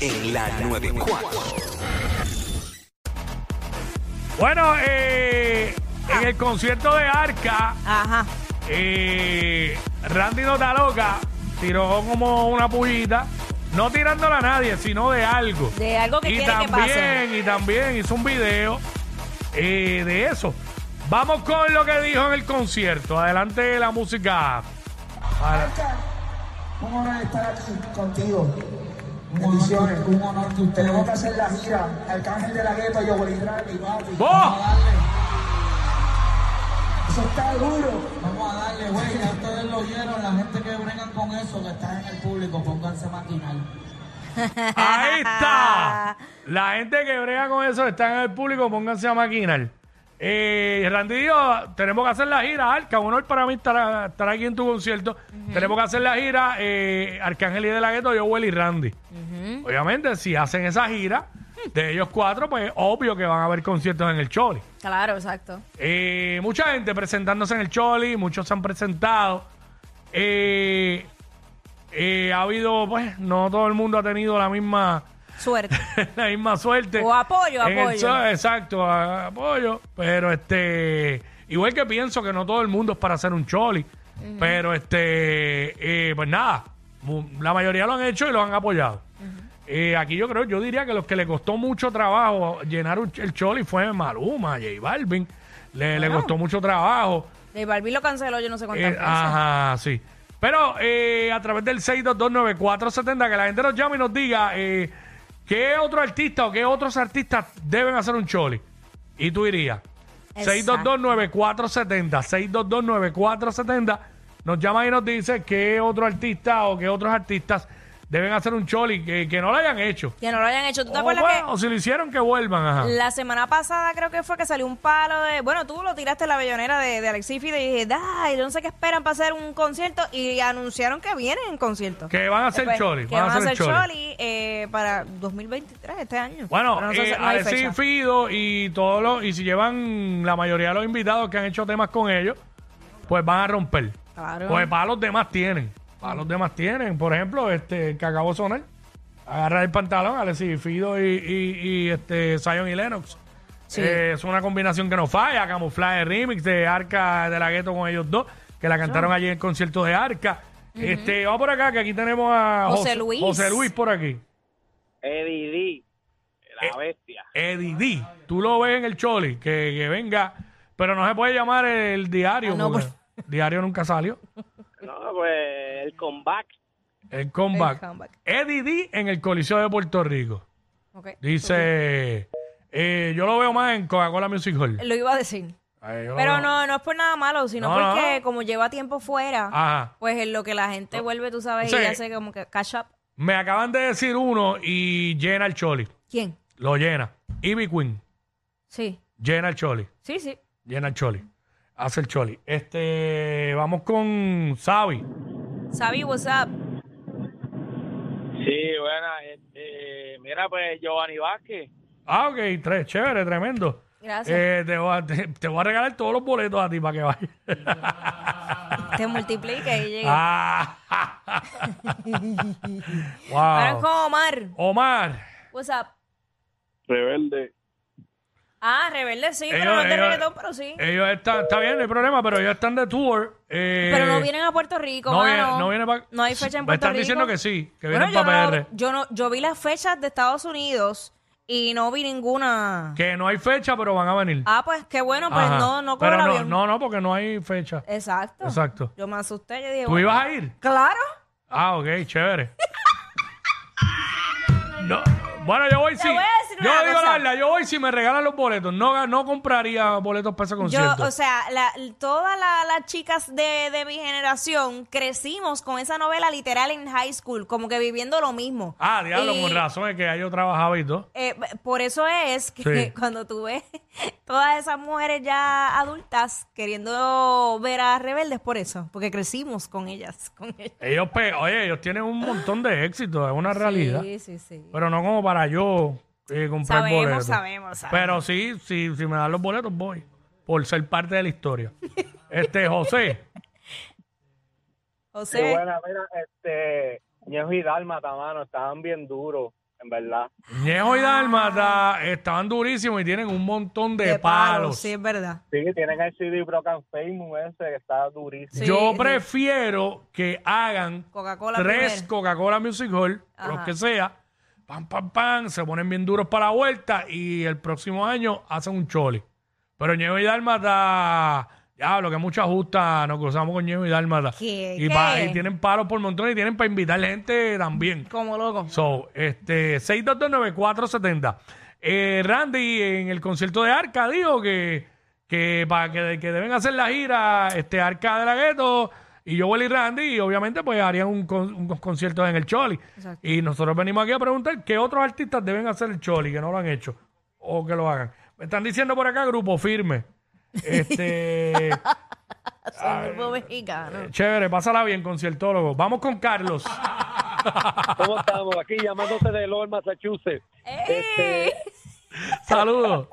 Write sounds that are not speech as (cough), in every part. en la 94. Bueno, eh, en el concierto de Arca, Ajá. eh, Randy Notaloca tiró como una pullita, no tirándola a nadie, sino de algo. De algo que y quiere que también, pase. y también hizo un video eh, de eso. Vamos con lo que dijo en el concierto. Adelante la música. Para- Un honor estar aquí contigo. Bendiciones. Un honor que usted. Tenemos que hacer la gira. Arcángel de la gueto, yo voy a ir a mi papi. ¡Vos! Vamos a darle. Eso está duro. Vamos a darle, güey. Ya ustedes lo vieron. La gente que bregan con eso, que está en el público, pónganse a maquinar. Ahí está. La gente que brega con eso está en el público, pónganse a maquinar. Eh, Randy dijo, tenemos que hacer la gira, Arca, un honor para mí estar, estar aquí en tu concierto. Tenemos que hacer la gira, eh, Arcángel y de la Gueto, Joel y Randy. Obviamente, si hacen esa gira de ellos cuatro, pues obvio que van a haber conciertos en el Choli. Claro, exacto. Eh, mucha gente presentándose en el Choli, muchos se han presentado. Eh, eh, ha habido, pues, no todo el mundo ha tenido la misma Suerte. (laughs) la misma suerte. O apoyo, En el apoyo. show, exacto, a- apoyo. Pero este, igual que pienso que no todo el mundo es para hacer un choli. Pero este, eh, pues nada, mu- la mayoría lo han hecho y lo han apoyado. Eh, aquí yo creo, yo diría que los que le costó mucho trabajo llenar un- el choli fue Maluma, J Balvin. Le, le costó mucho trabajo. De Barbie lo canceló yo no sé cuántas Eh, veces. ajá, sí. Pero eh, a través del 6229470, que la gente nos llame y nos diga eh, qué otro artista o qué otros artistas deben hacer un choli. Y tú irías. Exacto. 6229470, 6229470. Nos llama y nos dice qué otro artista o qué otros artistas deben hacer un choli que, que no lo hayan hecho. Que no lo hayan hecho. ¿Tú te O, acuerdas bueno, o si lo hicieron, que vuelvan. Ajá. que la semana pasada creo que fue que salió un palo de... Bueno, tú lo tiraste en la bellonera de, de Alexis Fido y dije, ay, yo no sé qué esperan para hacer un concierto y anunciaron que vienen en concierto. Que van a hacer Pues, choli. Que van a hacer choli eh, para 2023, este año. Bueno, Pero no sé eh, si- no hay Alexis fecha. Fido y todos los, y si llevan la mayoría de los invitados que han hecho temas con ellos, pues van a romper. Claro. Pues para los demás tienen. Para los demás tienen. Por ejemplo, este el que acabó de sonar. Agarra el pantalón, Alexis Fido y, y, y, este Zion y Lennox. Eh, es una combinación que no falla, camuflaje remix de Arca de la Gueto con ellos dos, que la cantaron allí en el concierto de Arca. Este, vamos por acá, que aquí tenemos a José Luis. José Luis por aquí. Eddie D, la bestia. Eddie D. Tú lo ves en el Choli, que, que venga, pero no se puede llamar el diario, Ah, no, porque diario nunca salió. No, pues el comeback. El comeback. El comeback. Eddie D en el Coliseo de Puerto Rico. Ok. Dice, eh, yo lo veo más en Coca-Cola Music Hall. Lo iba a decir. Ay, yo lo Pero veo- no, no es por nada malo, sino No, no. porque como lleva tiempo fuera, Ajá. pues en lo que la gente vuelve, tú sabes, Ah. Sí. y hace como que catch up. Me acaban de decir uno y llena el Choli. ¿Quién? Lo llena. Ivy Queen. Sí, Llena el Choli. sí, sí. Llena el Choli. Hace el Choli. Este, vamos con Xavi. Sabi, what's up? Sí, bueno, este, mira, pues Giovanni Vázquez. Ah, ok, tres, chévere, tremendo. Gracias. Eh, te, voy a, te- te voy a regalar todos los boletos a ti para que vayas. Te multiplica y llega. Ah, (laughs) Ahora wow. con Omar, Omar. what's up? Rebelde. Ah, Rebelde sí, pero Ellos- no es de ellos- eh, reggaetón, pero sí. Ellos están, está bien, no hay problema, pero ellos están de tour. eh, pero no vienen a Puerto Rico, No, mano. viene- no viene pa- No hay fecha en me Puerto están Rico. diciendo que sí, que Bueno, vienen yo pa' no- PR. Yo, no, yo vi las fechas de Estados Unidos y no vi ninguna. Que no hay fecha, pero van a venir. Ah, pues qué bueno, pues Ajá. no, no cobra pero el no, avión. no, no, porque no hay fecha. Exacto. Exacto. Yo me asusté, yo dije, ¿Tú bueno, ibas a ir? Claro. Ah, ok, chévere. No, bueno, yo voy Te sí. voy a decir una Yo digo la cosa. verdad, yo voy si me regalan los boletos. No, no compraría boletos para ese Yo, concierto. o sea, la- todas la- las chicas de, de mi generación crecimos con esa novela literal en high school, como que viviendo lo mismo. ah, diablo, Y, con razón, es que ya yo trabajaba y todo. eh, por eso es que Sí. (laughs) cuando tú ves todas esas mujeres ya adultas queriendo ver a rebeldes, por eso, porque crecimos con ellas. Con ellas. Ellos, pe- oye, ellos tienen un montón de éxito, es una realidad. Sí, sí, sí. Pero no como para yo eh, comprar Sabemos, boletos. sabemos, sabemos. Pero sí, sí, si me dan los boletos, voy. Por ser parte de la historia. este, José. O Sí, sea, bueno, mira, este, Ñejo y Dálmata, mano, estaban bien duros, en verdad. Ñejo y Dálmata estaban durísimos y tienen un montón de, palos. Sí, es verdad. Sí, tienen el CD Broken Famous ese que está durísimo. Sí, Yo sí. prefiero que hagan Coca-Cola tres primero. Coca-Cola Music Hall, Ajá. los que sea, pam, pam, pam, se ponen bien duros para la vuelta y el próximo año hacen un choli. Pero Ñejo y Dálmata, diablo, que mucha justa nos cruzamos con Ñejo y Dálmata. ¿Qué? Y, pa- ¿Qué? y tienen palos por montón y tienen para invitar gente también. Como loco. So, este, 6229470. Eh, Randy en el concierto de Arca dijo que, que para que, que deben hacer la gira este Arca de la Gueto y yo, Willy Randy, y obviamente pues harían un con- unos conciertos en el Choli. Exacto. Y nosotros venimos aquí a preguntar qué otros artistas deben hacer el Choli que no lo han hecho o que lo hagan. Me están diciendo por acá grupo firme. Este, Son grupo mexicano. chévere, pásala bien, conciertólogo. Vamos con Carlos. ¿Cómo estamos? Aquí llamándote de Lowell, Massachusetts. Este, (laughs) ¡Ey! Saludos.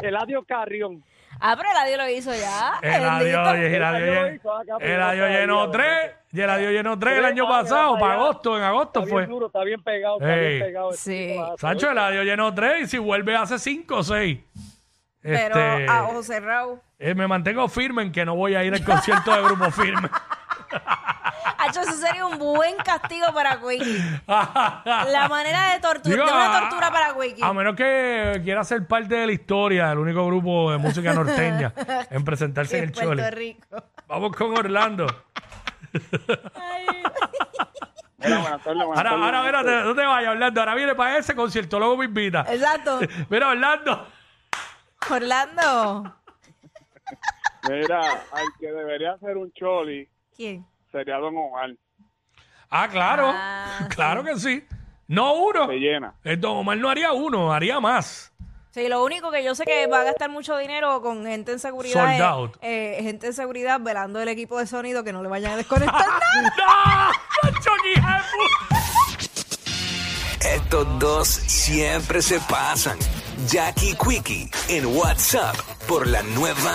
Eladio Carrión. Ah, pero el adiós lo hizo ya. El Bendito. adiós, oye, el El adiós adiós llen- hizo acá, el pero adiós no llenó sabía, tres, y el adiós llenó tres el Tres, año vaya, pasado, para vaya. agosto, en Está agosto bien fue. duro, está bien pegado, está Ey. bien pegado. el Sí. tipo, ah, Sancho, el adiós llenó tres, y si vuelve hace cinco o seis. Pero ah, Este, a ojo cerrado. eh, me mantengo firme en que no voy a ir al concierto de grupo firme. Hacho, Ah, eso sería un buen castigo para Wiki. (laughs) La manera de (laughs) tortura, Digo, ah, de una a- tortura para Wiki. A menos que quiera ser parte de la historia del único grupo de música norteña en (laughs) presentarse en En el Puerto Chole. Rico. Vamos con Orlando. Ahora, ahora, mira, no te vayas, Orlando. Ahora viene para ese concierto, luego me invita. Exacto. (laughs) Mira, Orlando. Orlando. Mira, al que debería hacer un choli ¿Quién? sería Don Omar. Ah, claro. Ah, (laughs) claro que sí. No uno. Se llena. El Don Omar no haría uno, haría más. Sí, lo único que yo sé que va a gastar mucho dinero con gente en seguridad. Sold eh, out. eh, gente en seguridad velando el equipo de sonido que no le vayan a desconectar nada. ¡No! Chucky, hija de puta! Estos dos siempre se pasan. Jackie Quickie en WhatsApp por la nueva